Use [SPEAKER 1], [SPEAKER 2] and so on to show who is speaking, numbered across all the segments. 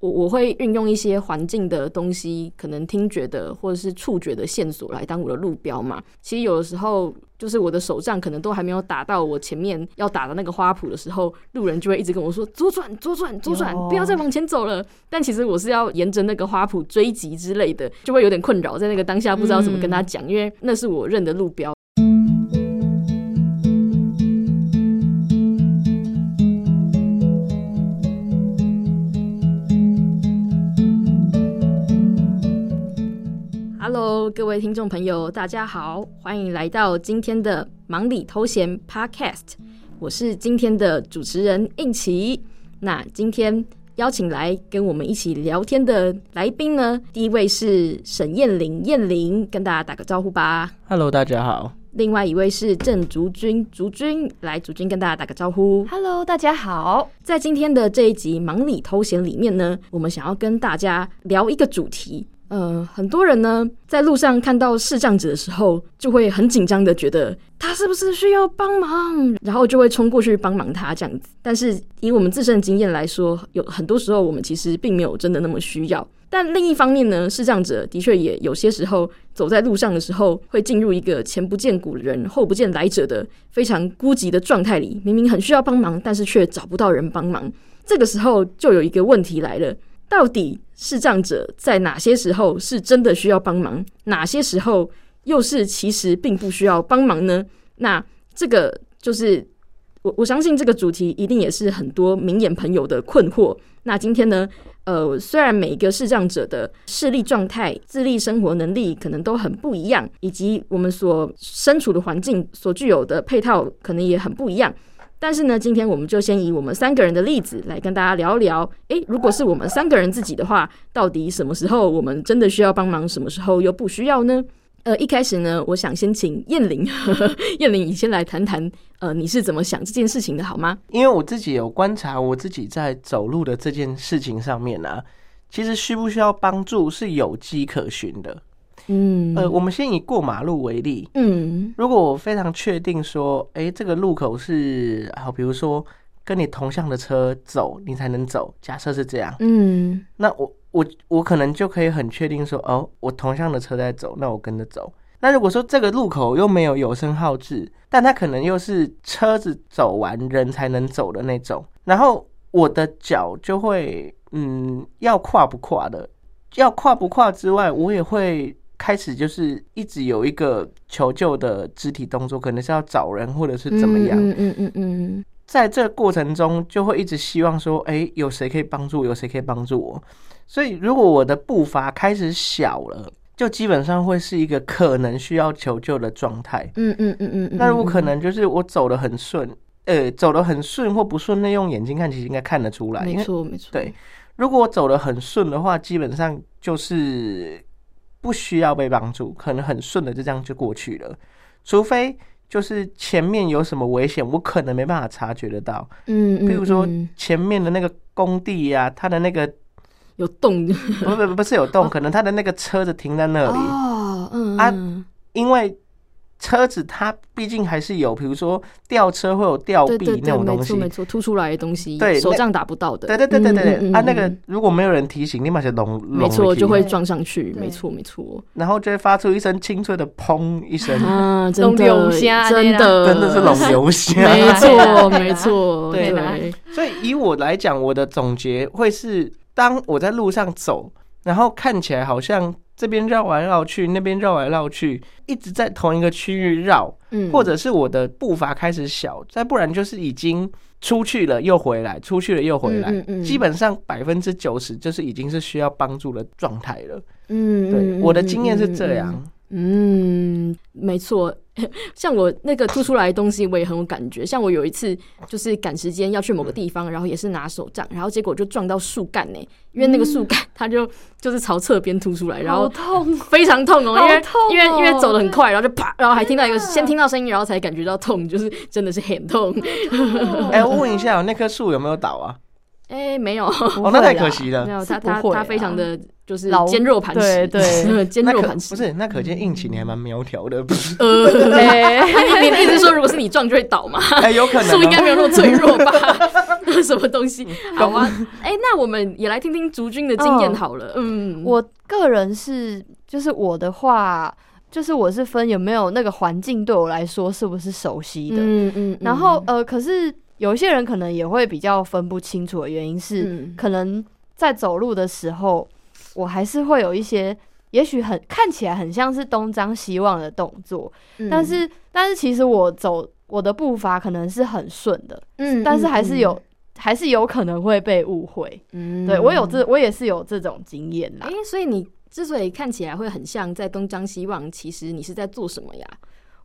[SPEAKER 1] 我我会运用一些环境的东西，可能听觉的或者是触觉的线索来当我的路标嘛。其实有的时候，就是我的手杖可能都还没有打到我前面要打的那个花圃的时候，路人就会一直跟我说左转、左转、左转，
[SPEAKER 2] 有
[SPEAKER 1] 不要再往前走了。但其实我是要沿着那个花圃追击之类的，就会有点困扰，在那个当下不知道怎么跟他讲，因为那是我认的路标。Hello，各位听众朋友，大家好，欢迎来到今天的忙里偷闲 Podcast，我是今天的主持人应琪。那今天邀请来跟我们一起聊天的来宾呢，第一位是沈燕玲，燕玲跟大家打个招呼吧。
[SPEAKER 2] Hello，大家好。
[SPEAKER 1] 另外一位是郑竹君，竹君来，竹君跟大家打个招呼。
[SPEAKER 3] Hello，大家好。
[SPEAKER 1] 在今天的这一集《忙里偷闲》里面呢，我们想要跟大家聊一个主题。呃，很多人呢在路上看到视障者的时候，就会很紧张的觉得他是不是需要帮忙，然后就会冲过去帮忙他这样子。但是以我们自身的经验来说，有很多时候我们其实并没有真的那么需要。但另一方面呢，视障者的确也有些时候走在路上的时候，会进入一个前不见古人后不见来者的非常孤寂的状态里。明明很需要帮忙，但是却找不到人帮忙。这个时候就有一个问题来了：到底视障者在哪些时候是真的需要帮忙，哪些时候又是其实并不需要帮忙呢？那这个就是我我相信这个主题一定也是很多明眼朋友的困惑。那今天呢，呃，虽然每一个视障者的视力状态、自立生活能力可能都很不一样，以及我们所身处的环境所具有的配套可能也很不一样，但是呢，今天我们就先以我们三个人的例子来跟大家聊聊。诶，如果是我们三个人自己的话，到底什么时候我们真的需要帮忙，什么时候又不需要呢？呃，一开始呢，我想先请燕玲，燕玲，你先来谈谈，呃， 你是怎么想这件事情的，好吗？
[SPEAKER 2] 因为我自己有观察，我自己在走路的这件事情上面啊，其实需不需要帮助是有迹可循的。
[SPEAKER 1] 嗯，
[SPEAKER 2] 呃，我们先以过马路为例，
[SPEAKER 1] 嗯，
[SPEAKER 2] 如果我非常确定说，诶，这个路口是好，比如说跟你同向的车走，你才能走。假设是这样，
[SPEAKER 1] 嗯，
[SPEAKER 2] 那我我我可能就可以很确定说，哦，我同向的车在走，那我跟着走。那如果说这个路口又没有有声号志，但它可能又是车子走完人才能走的那种，然后我的脚就会，嗯，要跨不跨的，要跨不跨之外，我也会开始就是一直有一个求救的肢体动作，可能是要找人或者是怎么样。
[SPEAKER 1] 嗯嗯嗯嗯
[SPEAKER 2] 在这过程中，就会一直希望说，哎、有谁可以帮助我，有谁可以帮助我。所以，如果我的步伐开始小了，就基本上会是一个可能需要求救的状态。
[SPEAKER 1] 嗯嗯嗯嗯嗯，
[SPEAKER 2] 那如果可能，就是我走得很顺，呃，走得很顺或不顺，那用眼睛看其实应该看得出来。因
[SPEAKER 1] 没
[SPEAKER 2] 为
[SPEAKER 1] 错没错，
[SPEAKER 2] 对，如果我走得很顺的话，基本上就是不需要被帮助，可能很顺的就这样就过去了，除非。就是前面有什么危险，我可能没办法察觉得到。
[SPEAKER 1] 嗯，嗯，
[SPEAKER 2] 比如说
[SPEAKER 1] 嗯
[SPEAKER 2] 前面的那个工地呀、它的 那个
[SPEAKER 1] 有动
[SPEAKER 2] 不不不是有洞，可能它的那个车子停在那里，
[SPEAKER 1] 哦，嗯
[SPEAKER 2] 啊
[SPEAKER 1] 嗯
[SPEAKER 2] 因为车子它毕竟还是有，比如说吊车会有吊
[SPEAKER 1] 对
[SPEAKER 2] 臂
[SPEAKER 1] 对
[SPEAKER 2] 那
[SPEAKER 1] 对，
[SPEAKER 2] 种
[SPEAKER 1] 没
[SPEAKER 2] 东
[SPEAKER 1] 错
[SPEAKER 2] 西，
[SPEAKER 1] 没错，凸出来的东西，
[SPEAKER 2] 对
[SPEAKER 1] 手
[SPEAKER 2] 那
[SPEAKER 1] 杖打不到的，
[SPEAKER 2] 对对对对对
[SPEAKER 1] 嗯嗯嗯
[SPEAKER 2] 对，啊，那个如果没有人提醒，立马就隆
[SPEAKER 1] 没
[SPEAKER 2] 隆
[SPEAKER 1] 错
[SPEAKER 2] 回去
[SPEAKER 1] 就会
[SPEAKER 3] 对
[SPEAKER 1] 撞上去，
[SPEAKER 3] 对
[SPEAKER 1] 没错没 错，
[SPEAKER 2] 然后就会发出一声清脆的砰 一声，
[SPEAKER 1] 啊，真
[SPEAKER 3] 龙
[SPEAKER 1] 的
[SPEAKER 3] 流虾
[SPEAKER 1] 真的
[SPEAKER 2] 真的是龙游虾。
[SPEAKER 1] 呃 没错
[SPEAKER 3] 对啦
[SPEAKER 1] 没错，
[SPEAKER 2] 对
[SPEAKER 3] 啦
[SPEAKER 1] 对，
[SPEAKER 2] 所以以我来讲，我的总结会是：当我在路上走，然后看起来好像这边绕来绕去，那边绕来绕去，一直在同一个区域绕，
[SPEAKER 1] 嗯，
[SPEAKER 2] 或者是我的步伐开始小，再不然就是已经出去了又回来，出去了又回来，
[SPEAKER 1] 嗯嗯嗯
[SPEAKER 2] 基本上百分之九十就是已经是需要帮助的状态了。
[SPEAKER 1] 嗯，
[SPEAKER 2] 对，
[SPEAKER 1] 嗯
[SPEAKER 2] 我的经验是
[SPEAKER 1] 嗯
[SPEAKER 2] 这。
[SPEAKER 1] 嗯嗯嗯
[SPEAKER 2] 样。
[SPEAKER 1] 嗯，没错， 像我那个凸出来的东西，我也很有感觉。像我有一次就是赶时间要去某个地方，然后也是拿手杖，然后结果就撞到树干呢、因为那个树干它就就是朝侧边凸出来，然
[SPEAKER 3] 好
[SPEAKER 1] 后
[SPEAKER 3] 痛，
[SPEAKER 1] 非常痛哦，因啊为
[SPEAKER 3] 好痛哦
[SPEAKER 1] 因为因为走得 很快，然后就啪，然后还听到一个先听到声音，然后才感觉到痛，就是真的是很痛。嗯
[SPEAKER 2] 哎、我问一下，那棵树有没有倒啊？
[SPEAKER 1] 哎、没 有
[SPEAKER 2] 哦，那太可惜
[SPEAKER 1] 没
[SPEAKER 2] 了。
[SPEAKER 1] 有，它
[SPEAKER 3] 是不
[SPEAKER 1] 它
[SPEAKER 3] 会
[SPEAKER 1] 它
[SPEAKER 3] 啊
[SPEAKER 1] 非常的就是
[SPEAKER 3] 老
[SPEAKER 1] 坚若磐石，
[SPEAKER 3] 对对
[SPEAKER 1] 坚
[SPEAKER 2] 那
[SPEAKER 1] 若
[SPEAKER 2] 可
[SPEAKER 1] 磐
[SPEAKER 2] 不
[SPEAKER 1] 石。
[SPEAKER 2] 是，那可
[SPEAKER 1] 嗯
[SPEAKER 2] 见硬气你还蛮苗条的，不是？
[SPEAKER 1] 呃，
[SPEAKER 3] 哎
[SPEAKER 1] 你的意思是说，如果是你撞就会倒吗？
[SPEAKER 2] 哎、有可能、
[SPEAKER 1] 树应该
[SPEAKER 2] 哦。
[SPEAKER 1] 没有那么脆弱吧？什么东西？
[SPEAKER 3] 嗯
[SPEAKER 1] 好啊，哎、那我们也来听听竹君的经验好了。嗯，
[SPEAKER 3] 哦我个人是，就是我的话，就是我是分有没有那个环境对我来说是不是熟悉的。
[SPEAKER 1] 嗯嗯
[SPEAKER 3] 然后呃，可是有一些人可能也会比较分不清楚的原因是，
[SPEAKER 1] 嗯
[SPEAKER 3] 可能在走路的时候，我还是会有一些。也许很看起来很像是东张西望的动作，
[SPEAKER 1] 嗯
[SPEAKER 3] 但是但是其实我走我的步伐可能是很顺的，
[SPEAKER 1] 嗯
[SPEAKER 3] 但是还是有、，还是有可能会被误会。
[SPEAKER 1] 嗯
[SPEAKER 3] 对我有这我也是有这种经验啦
[SPEAKER 1] 哎、。所以你之所以看起来会很像在东张西望，其实你是在做什么呀？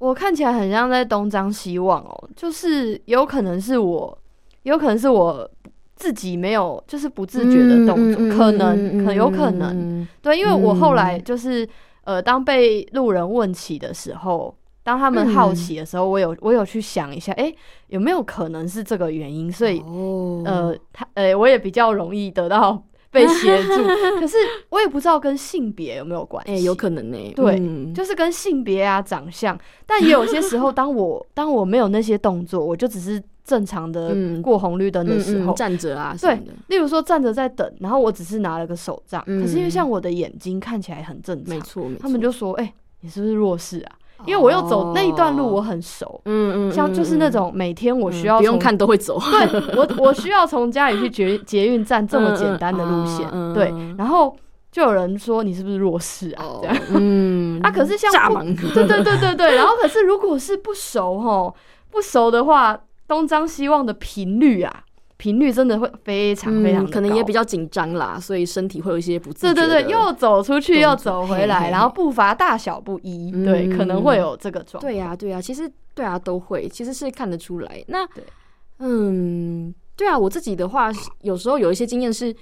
[SPEAKER 3] 我看起来很像在东张西望哦，就是有可能是我，有可能是我自己没有，就是不自觉的动
[SPEAKER 1] 嗯
[SPEAKER 3] 作，可能可有可能，
[SPEAKER 1] 能，
[SPEAKER 3] 对，因为我后来
[SPEAKER 1] 嗯
[SPEAKER 3] 就是呃，当被路人问起的时候。当他们好奇的时候，我有我有去想一下，哎、有没有可能是这个原因？所以
[SPEAKER 1] 哦，
[SPEAKER 3] 呃，他呃，我也比较容易得到被 协助，可是我也不知道跟性别有没有关系，
[SPEAKER 1] 哎、有可能呢、
[SPEAKER 3] 对
[SPEAKER 1] 嗯
[SPEAKER 3] 就是跟性别啊、长相，但也有些时候，当我 当我没有那些动作，我就只是正常的
[SPEAKER 1] 嗯
[SPEAKER 3] 过红绿灯的时
[SPEAKER 1] 嗯
[SPEAKER 3] 候，
[SPEAKER 1] 嗯站着啊什
[SPEAKER 3] 对
[SPEAKER 1] 么的，
[SPEAKER 3] 例如说站着在等，然后我只是拿了个手杖，
[SPEAKER 1] 嗯
[SPEAKER 3] 可是因为像我的眼睛看起来很正常
[SPEAKER 1] 没，错，没错
[SPEAKER 3] 他们就说：“哎、你是不是弱势啊？”因为我又走那一段路，我
[SPEAKER 1] 哦
[SPEAKER 3] 很熟，
[SPEAKER 1] 嗯嗯，
[SPEAKER 3] 像就是
[SPEAKER 1] 嗯
[SPEAKER 3] 那
[SPEAKER 1] 嗯
[SPEAKER 3] 种每天我需
[SPEAKER 1] 嗯
[SPEAKER 3] 要
[SPEAKER 1] 不用
[SPEAKER 3] 从
[SPEAKER 1] 看都会走，
[SPEAKER 3] 对我我需要从家里去捷捷运站这么简单的路线，
[SPEAKER 1] 嗯嗯嗯
[SPEAKER 3] 对
[SPEAKER 1] 嗯，
[SPEAKER 3] 然后就有人说你是不是弱势 啊？
[SPEAKER 1] 哦
[SPEAKER 3] 这样，
[SPEAKER 1] 嗯
[SPEAKER 3] 啊可是像
[SPEAKER 1] 炸
[SPEAKER 3] 不
[SPEAKER 1] 盲，
[SPEAKER 3] 对对对对对，然后可是如果是不熟吼，不熟的话，东张西望的频率啊，频率真的会非常非常、
[SPEAKER 1] 嗯，可能也比较
[SPEAKER 3] 较。
[SPEAKER 1] 紧张啦，所以身体会有一些不自
[SPEAKER 3] 对
[SPEAKER 1] 觉
[SPEAKER 3] 对
[SPEAKER 1] 的。
[SPEAKER 3] 对，又走出去
[SPEAKER 1] 动
[SPEAKER 3] 又
[SPEAKER 1] 作
[SPEAKER 3] 走
[SPEAKER 1] 嘿
[SPEAKER 3] 回来，
[SPEAKER 1] 嘿嗯
[SPEAKER 3] 然后步伐大小不一，对，可能会有这个状况。
[SPEAKER 1] 对呀、对呀、其实对啊，都会，其实是看得出来。那
[SPEAKER 3] 对
[SPEAKER 1] 嗯，对啊，我自己的话，有时候有一些经验是，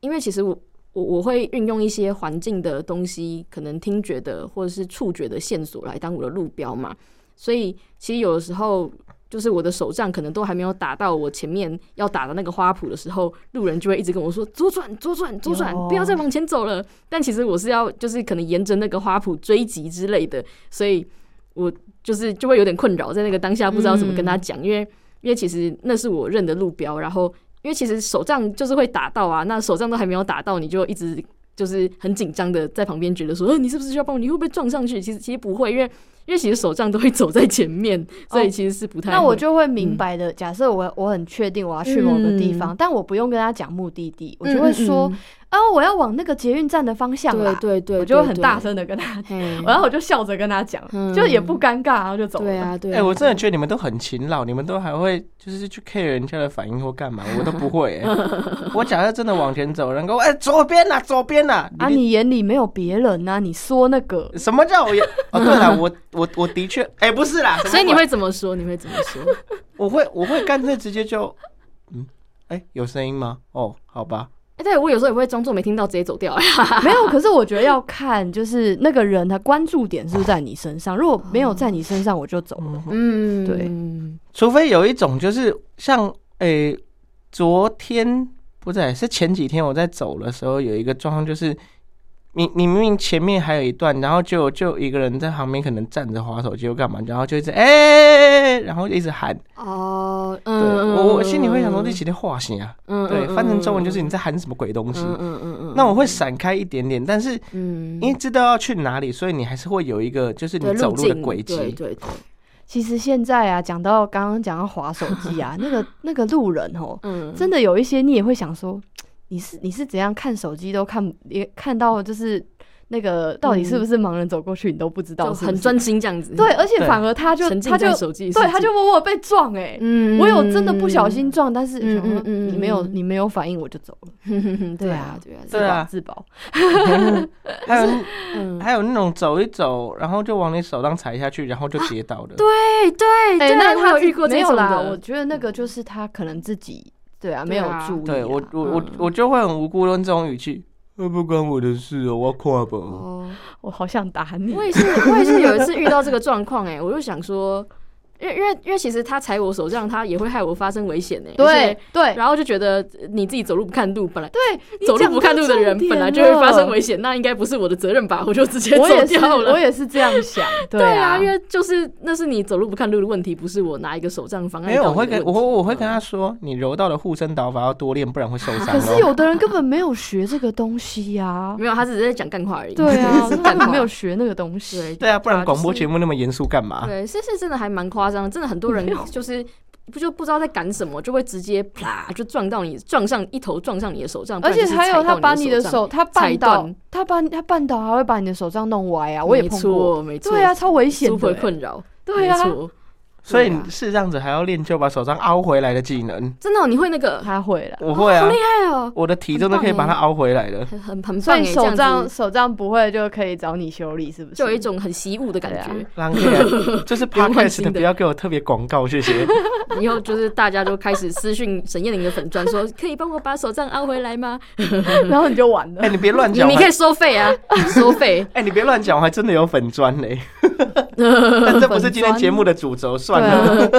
[SPEAKER 1] 因为其实我我我会运用一些环境的东西，可能听觉的或者是触觉的线索来当我的路标嘛，所以其实有的时候。就是我的手杖可能都还没有打到我前面要打的那个花圃的时候，路人就会一直跟我说左转、左转、左转，不要再往前走了。但其实我是要就是可能沿着那个花圃追击之类的，所以我就是就会有点困扰，在那个当下不知道怎么跟他讲，因为因为其实那是我认的路标，然后因为其实手杖就是会打到啊，那手杖都还没有打到，你就一直就是很紧张的在旁边觉得说，呃，你是不是需要帮我？你会不会撞上去？其实其实不会，因为因为其实手杖都会走在前面，所以其实是不太会、
[SPEAKER 3] 那我就会明
[SPEAKER 1] 嗯
[SPEAKER 3] 白的。假设我我很确定我要去某个地方，但我不用跟他讲目的地，我就会说
[SPEAKER 1] 嗯，嗯
[SPEAKER 3] 啊，我要往那个捷运站的方向啦
[SPEAKER 1] 嗯。对对对，
[SPEAKER 3] 我就会很大声的跟他，
[SPEAKER 1] 对，嘿
[SPEAKER 3] 然后 我就笑着跟他讲，
[SPEAKER 1] 嗯
[SPEAKER 3] 就也不尴尬，然后就走了。
[SPEAKER 1] 对啊对
[SPEAKER 2] 哎、
[SPEAKER 1] 啊，
[SPEAKER 2] 我真的觉得你们都很勤劳，你们都还会就是去 care 人家的反应或干嘛，我都不会、 欸。我假设真的往前走，然后哎、左边呐、左边呐、
[SPEAKER 3] 啊，你眼里没有别人呐、你说那个
[SPEAKER 2] 什么叫 我也？哦，对了，我我我的确，哎、不是啦，
[SPEAKER 1] 所以你会怎么说？你会怎么说？
[SPEAKER 2] 我会我会干脆直接就，嗯，哎、有声音吗？哦，好吧，
[SPEAKER 1] 哎、对我有时候也会装作没听到，直接走掉、哎，
[SPEAKER 3] 没有，可是我觉得要看，就是那个人他关注点是不是在你身上，如果没有在你身上，我就走了。
[SPEAKER 1] 嗯，
[SPEAKER 3] 对
[SPEAKER 2] 除非有一种就是像，哎、昨天不是是前几天我在走的时候有一个状况就是。你你明明前面还有一段，然后就就一个人在旁边可能站着划手机又干嘛，然后就一直哎、然后一直喊，
[SPEAKER 1] 哦，
[SPEAKER 2] 对
[SPEAKER 1] 嗯，
[SPEAKER 2] 我我心里会想说这几天话型啊，
[SPEAKER 1] 嗯，
[SPEAKER 2] 对，翻成中文就是
[SPEAKER 1] 嗯
[SPEAKER 2] 你在喊什么鬼东西，
[SPEAKER 1] 嗯嗯嗯，
[SPEAKER 2] 那我会闪开一点点，但是
[SPEAKER 1] 嗯，
[SPEAKER 2] 因为知道要去哪里，所以你还是会有一个就是你
[SPEAKER 1] 对
[SPEAKER 2] 走路的
[SPEAKER 1] 径
[SPEAKER 2] 轨
[SPEAKER 1] 对
[SPEAKER 2] 迹。
[SPEAKER 1] 对 对，
[SPEAKER 3] 其实现在啊，讲到刚刚讲到滑手机 啊，那个那个路人哦，
[SPEAKER 1] 嗯，
[SPEAKER 3] 真的有一些你也会想说，你是你是怎样看手机都看也看到就是那个到底是不是盲人走过去，你都不知道
[SPEAKER 1] 就是
[SPEAKER 3] 不是
[SPEAKER 1] 很专心这样子，
[SPEAKER 3] 对，而且
[SPEAKER 2] 嗯对
[SPEAKER 3] 反而他就
[SPEAKER 1] 沉浸
[SPEAKER 3] 他就
[SPEAKER 1] 在手机，
[SPEAKER 3] 对他就默默被撞哎、欸
[SPEAKER 1] 嗯，
[SPEAKER 3] 我有真的不小心撞，但是
[SPEAKER 1] 嗯
[SPEAKER 3] 想说
[SPEAKER 1] 嗯嗯嗯
[SPEAKER 3] 你没有
[SPEAKER 1] 嗯
[SPEAKER 3] 你没有反应我就走了，
[SPEAKER 1] 嗯，对
[SPEAKER 3] 对
[SPEAKER 1] 啊
[SPEAKER 3] 啊
[SPEAKER 1] 对
[SPEAKER 3] 自
[SPEAKER 1] 啊，
[SPEAKER 2] 对啊
[SPEAKER 3] 保自保。
[SPEAKER 2] 还有
[SPEAKER 3] 哎
[SPEAKER 1] 嗯，
[SPEAKER 2] 还有那种走一走，然后就往你手上踩下去，然后就跌倒的。
[SPEAKER 1] 啊对对
[SPEAKER 3] 哎，
[SPEAKER 1] 对，
[SPEAKER 3] 那
[SPEAKER 1] 我
[SPEAKER 3] 他
[SPEAKER 1] 有
[SPEAKER 3] 自
[SPEAKER 1] 遇过这
[SPEAKER 3] 没有
[SPEAKER 1] 种
[SPEAKER 3] 啦？
[SPEAKER 1] 的，
[SPEAKER 3] 我觉得那个就是他可能自己对啊，没
[SPEAKER 1] 对
[SPEAKER 3] 有
[SPEAKER 1] 啊
[SPEAKER 3] 注意啊。
[SPEAKER 2] 对我我我
[SPEAKER 1] 嗯
[SPEAKER 2] 我就会很无辜用这种语气，呃不关我的事哦，我要跨吧。
[SPEAKER 1] 哦，
[SPEAKER 3] 我好想打你
[SPEAKER 1] 我。也是，我也是有一次遇到这个状况，哎，我就想说，因为因为因为其实他踩我手杖，他也会害我发生危险呢、而
[SPEAKER 3] 对
[SPEAKER 1] 且
[SPEAKER 3] 对
[SPEAKER 1] 然后就觉得呃你自己走路不看路，本来
[SPEAKER 3] 对，
[SPEAKER 1] 走路不看路的人本来就会发生危
[SPEAKER 3] 险。
[SPEAKER 1] 险，那应该不是我的责任吧？我就直接
[SPEAKER 3] 我也
[SPEAKER 1] 走
[SPEAKER 3] 是，
[SPEAKER 1] 掉
[SPEAKER 3] 我
[SPEAKER 1] 了。
[SPEAKER 3] 也是这样想。对
[SPEAKER 1] 对啊，
[SPEAKER 3] 啊，
[SPEAKER 1] 因为就是那是你走路不看路的问题，不是我拿一个手杖妨碍
[SPEAKER 2] 没有，
[SPEAKER 1] 到
[SPEAKER 2] 我会
[SPEAKER 1] 你的嗯问
[SPEAKER 2] 跟我
[SPEAKER 1] 题
[SPEAKER 2] 会我会跟他说，你柔道的护身导法要多练，不然会受伤
[SPEAKER 3] 可
[SPEAKER 2] 哦。
[SPEAKER 3] 是有的人根本没有学这个东西呀、
[SPEAKER 1] 没有，他只是在讲干话而已。
[SPEAKER 3] 对啊，我
[SPEAKER 1] 是
[SPEAKER 3] 根
[SPEAKER 1] 干
[SPEAKER 3] 本
[SPEAKER 1] 话
[SPEAKER 3] 没有。学那个东西。
[SPEAKER 1] 对
[SPEAKER 2] 对啊，不然广播
[SPEAKER 1] 就是
[SPEAKER 2] 节目那么严肃干嘛？
[SPEAKER 1] 对，这是真的还蛮夸张的，真的很多人
[SPEAKER 3] 啊没有
[SPEAKER 1] 就是不就不知道在赶什么，就会直接啪就撞到你，撞上一头撞上你的手杖，
[SPEAKER 3] 而且还有他把你
[SPEAKER 1] 你
[SPEAKER 3] 的手，他
[SPEAKER 1] 踩
[SPEAKER 3] 绊倒
[SPEAKER 1] 断，
[SPEAKER 3] 他把他绊倒，还会把你的手杖弄歪啊！我也
[SPEAKER 1] 没
[SPEAKER 3] 碰过，
[SPEAKER 1] 错，没错，
[SPEAKER 3] 对啊，，超危险的、
[SPEAKER 1] 会
[SPEAKER 3] 欸。
[SPEAKER 1] 困扰，
[SPEAKER 3] 对
[SPEAKER 1] 没
[SPEAKER 3] 啊，
[SPEAKER 1] 错
[SPEAKER 2] 所以
[SPEAKER 1] 对啊
[SPEAKER 2] 视障者还要练就把手杖凹回来的技能。
[SPEAKER 1] 真的哦、你会那个，
[SPEAKER 3] 他会了。
[SPEAKER 2] 我会啊
[SPEAKER 1] 好厉，害哦，
[SPEAKER 2] 我的体重都可以把它凹回来了。
[SPEAKER 1] 很很很
[SPEAKER 3] 所
[SPEAKER 1] 棒
[SPEAKER 3] 以
[SPEAKER 1] 哎，这
[SPEAKER 3] 手
[SPEAKER 1] 样
[SPEAKER 3] 杖
[SPEAKER 1] 子
[SPEAKER 3] 手杖不会就可以找你修理，是不是？
[SPEAKER 1] 就有一种很习武的
[SPEAKER 3] 啊
[SPEAKER 1] 感觉。
[SPEAKER 2] 狼哥， 就是
[SPEAKER 1] 不用换
[SPEAKER 2] podcast
[SPEAKER 1] 新
[SPEAKER 2] 的，
[SPEAKER 1] 的
[SPEAKER 2] 不要给我特别广告，谢 谢。
[SPEAKER 1] 以后就是大家都开始私讯沈燕玲的粉钻，说可以帮我把手杖凹回来吗？
[SPEAKER 3] 然后你就完了
[SPEAKER 2] 哎，。你 别乱
[SPEAKER 1] 你
[SPEAKER 2] 讲，
[SPEAKER 1] 你
[SPEAKER 2] 我
[SPEAKER 1] 可
[SPEAKER 2] 还
[SPEAKER 1] 以收费啊，收费。
[SPEAKER 2] 哎，你别乱讲，我还真的有粉砖嘞。但这不是今天节目的主轴，算了。
[SPEAKER 3] 对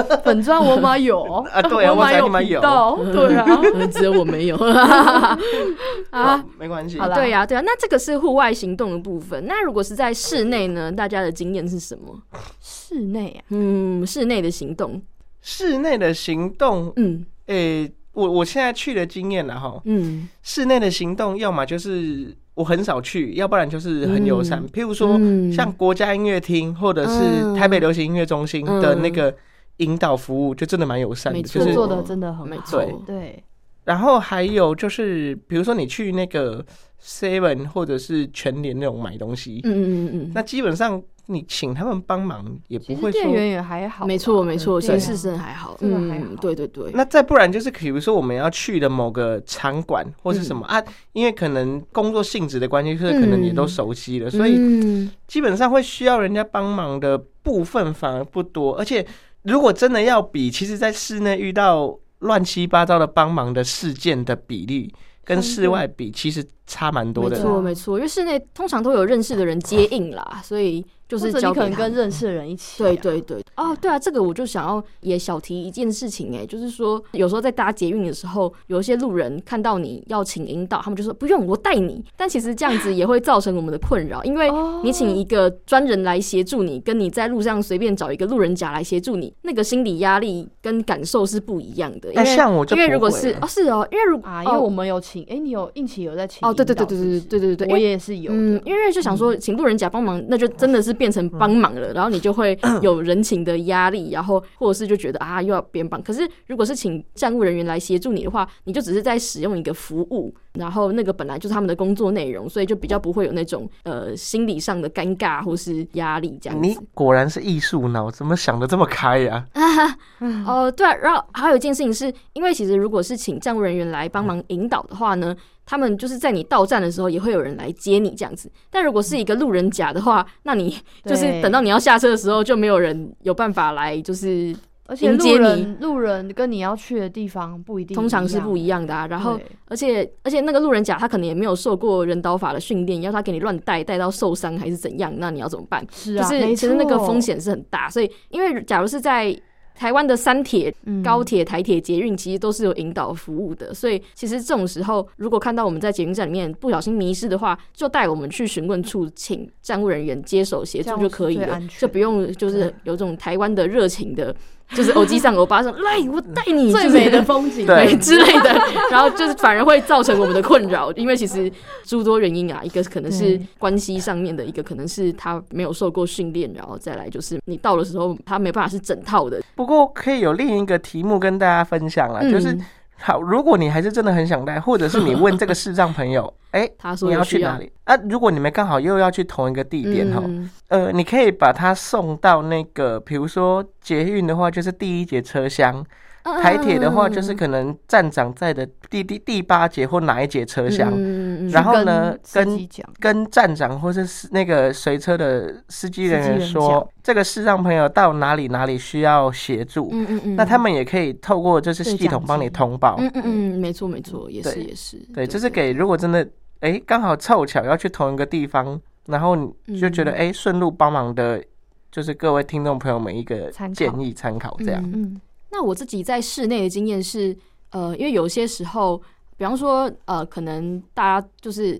[SPEAKER 3] 啊，粉钻我妈有
[SPEAKER 2] 啊 对啊我
[SPEAKER 3] 妈
[SPEAKER 2] 知道你妈
[SPEAKER 3] 频
[SPEAKER 2] 有
[SPEAKER 3] 道，对啊，
[SPEAKER 1] 只有我没有啊
[SPEAKER 2] 哦。，没关系
[SPEAKER 3] 好。啦
[SPEAKER 1] 对呀、对呀、啊那这个是户外行动的部分。那如果是在室内呢？大家的经验是什么？
[SPEAKER 3] 室内啊，
[SPEAKER 1] 嗯，室内的行动，
[SPEAKER 2] 室内的行动，
[SPEAKER 1] 嗯
[SPEAKER 2] 诶，我我现在去的经验了哈，
[SPEAKER 1] 嗯，
[SPEAKER 2] 室内的行动，要么就是我很少去，要不然就是很友善。
[SPEAKER 1] 嗯
[SPEAKER 2] 譬如说，
[SPEAKER 1] 嗯
[SPEAKER 2] 像国家音乐厅或者是
[SPEAKER 1] 嗯
[SPEAKER 2] 台北流行音乐中心的那个引导服务，就真的蛮友善的。
[SPEAKER 1] 没
[SPEAKER 2] 就
[SPEAKER 1] 错
[SPEAKER 2] 是
[SPEAKER 3] 这，做的真的很好，
[SPEAKER 1] 没错
[SPEAKER 2] 对
[SPEAKER 3] 对，
[SPEAKER 2] 然后还有就是，比如说你去那个 Seven 或者是全联那种买东西，
[SPEAKER 1] 嗯嗯嗯
[SPEAKER 2] 那基本上你请他们帮忙也不
[SPEAKER 3] 其
[SPEAKER 2] 会
[SPEAKER 3] 实
[SPEAKER 2] 说
[SPEAKER 3] 店员也还好
[SPEAKER 1] 嗯，
[SPEAKER 3] 啦，
[SPEAKER 1] 没错没错，
[SPEAKER 3] 对啊
[SPEAKER 1] 形式真的还好，
[SPEAKER 3] 这个还好
[SPEAKER 1] 嗯，对对对，
[SPEAKER 2] 那再不然就是，比如说我们要去的某个场馆或是什
[SPEAKER 3] 嗯
[SPEAKER 2] 么、啊，因为可能工作性质的关系，就是可能也都熟悉了，所以
[SPEAKER 1] 嗯
[SPEAKER 2] 基本上会需要人家帮忙的部分反而不多。而且如果真的要比，其实在室内遇到乱七八糟的帮忙的事件的比例，跟室外比其实差蛮多
[SPEAKER 1] 没
[SPEAKER 2] 的。
[SPEAKER 3] 啊
[SPEAKER 1] 错没错，因为室内通常都有认识的人接应啦，所以就
[SPEAKER 3] 或
[SPEAKER 1] 是
[SPEAKER 3] 者
[SPEAKER 1] 交
[SPEAKER 3] 你
[SPEAKER 1] 给
[SPEAKER 3] 可能
[SPEAKER 1] 他
[SPEAKER 3] 跟
[SPEAKER 1] 们
[SPEAKER 3] 认识的人一起啊，
[SPEAKER 1] 嗯对对对，哦，对啊，这个我就想要也小提一件事情、哎，就是说有时候在搭捷运的时候，有一些路人看到你要请引导，他们就说不用，我带你。但其实这样子也会造成我们的困扰，因为
[SPEAKER 3] 哦，
[SPEAKER 1] 你请一个专人来协助你，跟你在路上随便找一个路人甲来协助你，那个心理压力跟感受是不一样的。因
[SPEAKER 2] 那
[SPEAKER 1] 为
[SPEAKER 2] 像我就
[SPEAKER 1] 因为如
[SPEAKER 2] 不
[SPEAKER 1] 果
[SPEAKER 2] 会
[SPEAKER 1] 是哦是哦，因为如
[SPEAKER 3] 啊，因为
[SPEAKER 1] 哦
[SPEAKER 3] 我们有请，哎，你有应期有在请
[SPEAKER 1] 哦对对
[SPEAKER 3] 引导
[SPEAKER 1] 对对对
[SPEAKER 3] 是不
[SPEAKER 1] 对对对
[SPEAKER 3] 是
[SPEAKER 1] 对，
[SPEAKER 3] 我也是有
[SPEAKER 1] 嗯
[SPEAKER 3] 的，，
[SPEAKER 1] 因为就想说请路人甲帮忙，那就真的是变成帮忙了，然后你就会有人情的压力，然后或者是就觉得啊又要别人帮。可是如果是请站务人员来协助你的话，你就只是在使用一个服务，然后那个本来就是他们的工作内容，所以就比较不会有那种呃心理上的尴尬或是压力这样
[SPEAKER 2] 你
[SPEAKER 1] 子。
[SPEAKER 2] 果然是艺术脑，怎么想的这么开呀、
[SPEAKER 1] 哦、对、啊，然后还有一件事情是，因为其实如果是请站务人员来帮忙引导的话呢，他们就是在你到站的时候也会有人来接你这样子。但如果是一个路人甲的话，那你
[SPEAKER 3] 对
[SPEAKER 1] 就是等到你要下车的时候，就没有人有办法来，就是
[SPEAKER 3] 而且
[SPEAKER 1] 迎接
[SPEAKER 3] 路
[SPEAKER 1] 你
[SPEAKER 3] 人路人跟你要去的地方不一定一样，
[SPEAKER 1] 通常是不一样的啊。然后
[SPEAKER 3] 对，
[SPEAKER 1] 而且而且那个路人甲他可能也没有受过人导法的训练，要他给你乱带带到受伤还是怎样，那你要怎么办？
[SPEAKER 3] 是
[SPEAKER 1] 就
[SPEAKER 3] 啊，
[SPEAKER 1] 是
[SPEAKER 3] 没
[SPEAKER 1] 其实那个
[SPEAKER 3] 错
[SPEAKER 1] 风，险是很大，所以因为假如是在台湾的三铁
[SPEAKER 3] 嗯
[SPEAKER 1] 高铁、台铁、捷运其实都是有引导服务的，所以其实这种时候，如果看到我们在捷运站里面不小心迷失的话，就带我们去询问处，请站务人员接手协助
[SPEAKER 3] 这样
[SPEAKER 1] 就可以
[SPEAKER 3] 是最
[SPEAKER 1] 了
[SPEAKER 3] 安，全
[SPEAKER 1] 就不用就是有种台湾的热情的，就是偶机上欧巴说来我带你
[SPEAKER 3] 最
[SPEAKER 1] 就是
[SPEAKER 3] 美的风景，
[SPEAKER 2] 对
[SPEAKER 1] 对之类的，然后就是反而会造成我们的困扰，因为其实诸多原因啊，一个可能是
[SPEAKER 3] 对
[SPEAKER 1] 关系上面的，一个可能是他没有受过训练，然后再来就是你到的时候他没办法是整套的，
[SPEAKER 2] 不过可以有另一个题目跟大家分享啦，啊就是
[SPEAKER 1] 嗯
[SPEAKER 2] 好，如果你还是真的很想带，或者是你问这个视障朋 友，哎、
[SPEAKER 1] 他说
[SPEAKER 2] 你要
[SPEAKER 1] 有
[SPEAKER 2] 去
[SPEAKER 1] 需要
[SPEAKER 2] 哪里啊？如果你们刚好又要去同一个地点哈、
[SPEAKER 1] 嗯
[SPEAKER 2] 呃，你可以把它送到那个，比如说捷运的话，就是第一节车厢；
[SPEAKER 1] 啊嗯
[SPEAKER 2] 台铁的话，就是可能站长在的第第第八节或哪一节车厢。
[SPEAKER 1] 嗯嗯嗯嗯
[SPEAKER 2] 然后呢
[SPEAKER 3] 去跟
[SPEAKER 2] 跟
[SPEAKER 3] 司机讲，
[SPEAKER 2] 跟站长或是司那个随车的司机人
[SPEAKER 3] 司
[SPEAKER 2] 员
[SPEAKER 3] 机人
[SPEAKER 2] 说
[SPEAKER 3] 讲，
[SPEAKER 2] 这个视障朋友到哪里哪里需要协助，
[SPEAKER 1] 嗯嗯嗯，
[SPEAKER 2] 那他们也可以透过就是
[SPEAKER 3] 对
[SPEAKER 2] 系统
[SPEAKER 3] 讲
[SPEAKER 2] 帮
[SPEAKER 3] 解
[SPEAKER 2] 你通报。
[SPEAKER 1] 嗯嗯嗯，没错没错，也是
[SPEAKER 2] 对
[SPEAKER 1] 也是，
[SPEAKER 2] 对，就是给如果真的哎刚好凑巧要去同一个地方，然后你就觉得
[SPEAKER 1] 嗯
[SPEAKER 2] 哎顺、路帮忙的就是各位听众朋友们一个
[SPEAKER 3] 参考
[SPEAKER 2] 建议参考，这样。
[SPEAKER 1] 嗯
[SPEAKER 3] 嗯
[SPEAKER 1] 那我自己在室内的经验是，呃，因为有些时候，比方说，呃，可能大家就是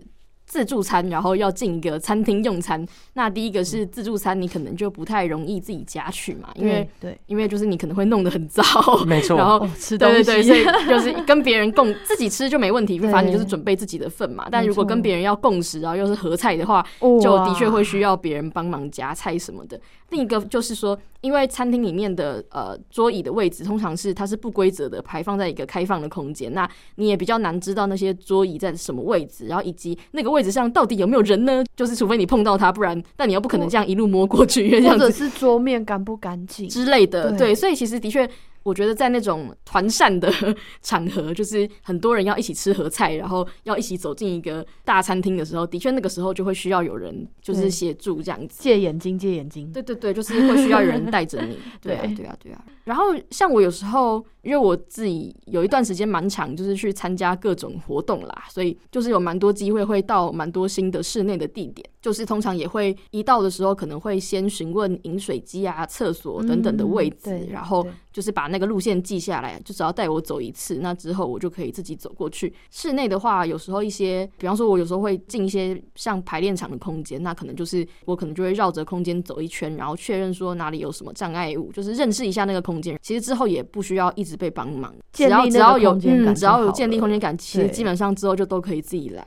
[SPEAKER 1] 自助餐，然后要进一个餐厅用餐，那第一个是自助餐，你可能就不太容易自己夹去嘛，因为
[SPEAKER 3] 对，
[SPEAKER 1] 因为就是你可能会弄得很糟，
[SPEAKER 2] 没错，
[SPEAKER 1] 然后
[SPEAKER 3] 哦，吃东
[SPEAKER 1] 对
[SPEAKER 3] 西，
[SPEAKER 1] 对对，所以就是 跟别人共自己吃就没问题，
[SPEAKER 3] 对
[SPEAKER 1] 反正你就是准备自己的份嘛。但如果跟别人要共食，然后又是合菜的话，
[SPEAKER 3] 以
[SPEAKER 1] 就的确会需要别人帮忙夹菜什么的。另一个就是说，因为餐厅里面的呃桌椅的位置通常是它是不规则的排放在一个开放的空间，那你也比较难知道那些桌椅在什么位置，然后以及那个位置上到底有没有人呢？就是除非你碰到它，不然但你又不可能这样一路摸过去，因为这
[SPEAKER 3] 或
[SPEAKER 1] 样子
[SPEAKER 3] 者是桌面干不干净，
[SPEAKER 1] 之类的，
[SPEAKER 3] 对
[SPEAKER 1] 对，所以其实的确，我觉得在那种团膳的 场合，就是很多人要一起吃合菜，然后要一起走进一个大餐厅的时候，的确那个时候就会需要有人就是
[SPEAKER 3] 对
[SPEAKER 1] 协助这样子。
[SPEAKER 3] 戒眼睛，戒眼睛，
[SPEAKER 1] 对对对，就是会需要有人带着 你。对啊
[SPEAKER 3] 对，
[SPEAKER 1] 对啊，对啊。然后像我有时候，因为我自己有一段时间蛮长，就是去参加各种活动啦，所以就是有蛮多机会会到蛮多新的室内的地点。就是通常也会一到的时候，可能会先询问饮水机啊、厕所等等的位置，
[SPEAKER 3] 嗯对
[SPEAKER 1] 然后
[SPEAKER 3] 对
[SPEAKER 1] 就是把那个路线记下来，就只要带我走一次，那之后我就可以自己走过去。室内的话，有时候一些，比方说，我有时候会进一些像排练场的空间，那可能就是我可能就会绕着空间走一圈，然后确认说哪里有什么障碍物，就是认识一下那个空间。其实之后也不需要一直被帮忙，只
[SPEAKER 3] 建立
[SPEAKER 1] 要
[SPEAKER 3] 那个
[SPEAKER 1] 只要有
[SPEAKER 3] 空间感
[SPEAKER 1] 嗯，只要
[SPEAKER 3] 就
[SPEAKER 1] 有
[SPEAKER 3] 好
[SPEAKER 1] 建立
[SPEAKER 3] 了
[SPEAKER 1] 空间感，其实
[SPEAKER 3] 对
[SPEAKER 1] 基本上之后就都可以自己来。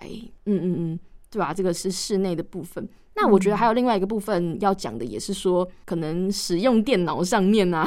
[SPEAKER 1] 嗯嗯嗯，对吧、这个是室内的部分。那我觉
[SPEAKER 3] 嗯
[SPEAKER 1] 得还有另外一个部分要讲的，也是说可能使用电脑上面啊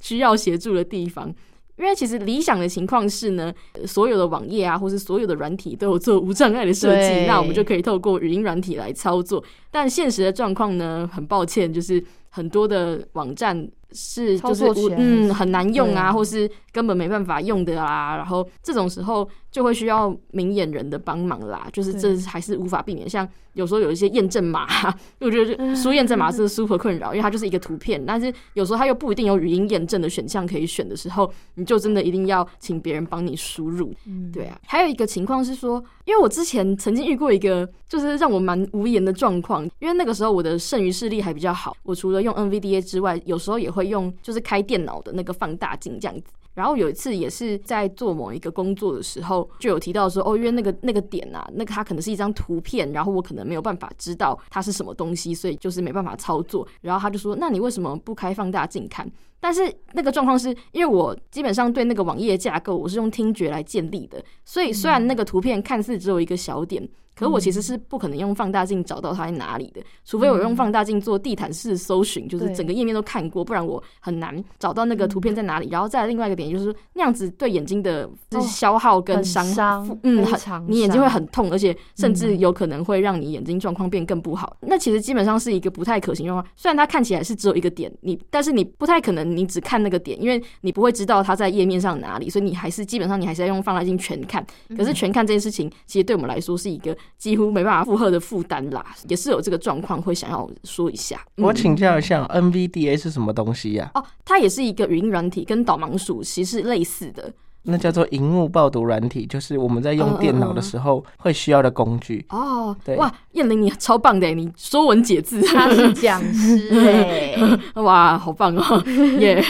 [SPEAKER 1] 需要协助的地方。因为其实理想的情况是呢，呃所有的网页啊，或是所有的软体都有做无障碍的设计，
[SPEAKER 3] 对
[SPEAKER 1] 那我们就可以透过语音软体来操作。但现实的状况呢，很抱歉，就是很多的网站是
[SPEAKER 3] 操
[SPEAKER 1] 就是
[SPEAKER 3] 作
[SPEAKER 1] 无
[SPEAKER 3] 起来
[SPEAKER 1] 嗯
[SPEAKER 3] 很
[SPEAKER 1] 很难用
[SPEAKER 3] 对
[SPEAKER 1] 啊，
[SPEAKER 3] 啊
[SPEAKER 1] 或是根本没办法用的啊。然后这种时候就会需要明眼人的帮忙啦，就是
[SPEAKER 3] 对
[SPEAKER 1] 这还是无法避免。像有时候有一些验证码、啊 我觉得输验证码是 super 困扰，因为它就是一个图片，但是有时候它又不一定有语音验证的选项可以选的时候，你就真的一定要请别人帮你输入。
[SPEAKER 3] 嗯
[SPEAKER 1] 对，啊，还有一个情况是说，因为我之前曾经遇过一个就是让我蛮无言的状况，因为那个时候我的剩余视力还比较好，我除了用 NVDA 之外，有时候也会用就是开电脑的那个放大镜这样子。然后有一次也是在做某一个工作的时候，就有提到说，哦，因为那个那个点啊，那个它可能是一张图片，然后我可能没有办法知道它是什么东西，所以就是没办法操作。然后他就说，那你为什么不开放大镜看？但是那个状况是因为我基本上对那个网页架构我是用听觉来建立的，所以虽然那个图片看似只有一个小点，可我其实是不可能用放大镜找到它在哪
[SPEAKER 3] 嗯
[SPEAKER 1] 里的，除非我用放大镜做地毯式搜寻，就是
[SPEAKER 3] 对
[SPEAKER 1] 整个页面都看过，不然我很难找到那个图片在哪里。然后再来另外一个点就是那样子对眼睛的
[SPEAKER 3] 哦
[SPEAKER 1] 消耗跟
[SPEAKER 3] 很
[SPEAKER 1] 伤害
[SPEAKER 3] 伤，
[SPEAKER 1] 嗯
[SPEAKER 3] 非
[SPEAKER 1] 很
[SPEAKER 3] 常
[SPEAKER 1] 你眼睛会
[SPEAKER 3] 伤
[SPEAKER 1] 很痛，而且甚至有可能会让你眼睛状况变更不好。那其实基本上是一个不太可行的状况。虽然它看起来是只有一个点，你但是你不太可能你只看那个点，因为你不会知道它在页面上哪里，所以你还是基本上你还是要用放大镜全看。可是全看这件事情，其实对我们来说是一个几乎没办法负荷的负担啦，也是有这个状况会想要说一下。嗯
[SPEAKER 2] 我请教一下，NVDA 是什么东西呀、
[SPEAKER 1] 哦，它也是一个语音软体，跟导盲鼠其实是类似的。
[SPEAKER 2] 那叫做荧幕爆读软体，就是我们在用电脑的时候会需要的工具。
[SPEAKER 1] 哦，
[SPEAKER 2] 对
[SPEAKER 1] 哇，燕玲你超棒的，欸你说文解字。
[SPEAKER 3] 他是讲 师哎，
[SPEAKER 1] 哇，好棒哦！耶、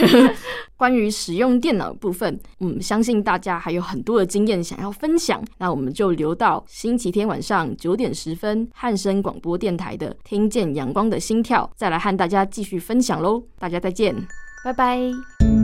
[SPEAKER 1] 关于使用电脑的部分，嗯，相信大家还有很多的经验想要分享，那我们就留到星期天晚上九点十分，汉声广播电台的《听见阳光的心跳》，再来和大家继续分享喽。大家再见。
[SPEAKER 3] 拜拜。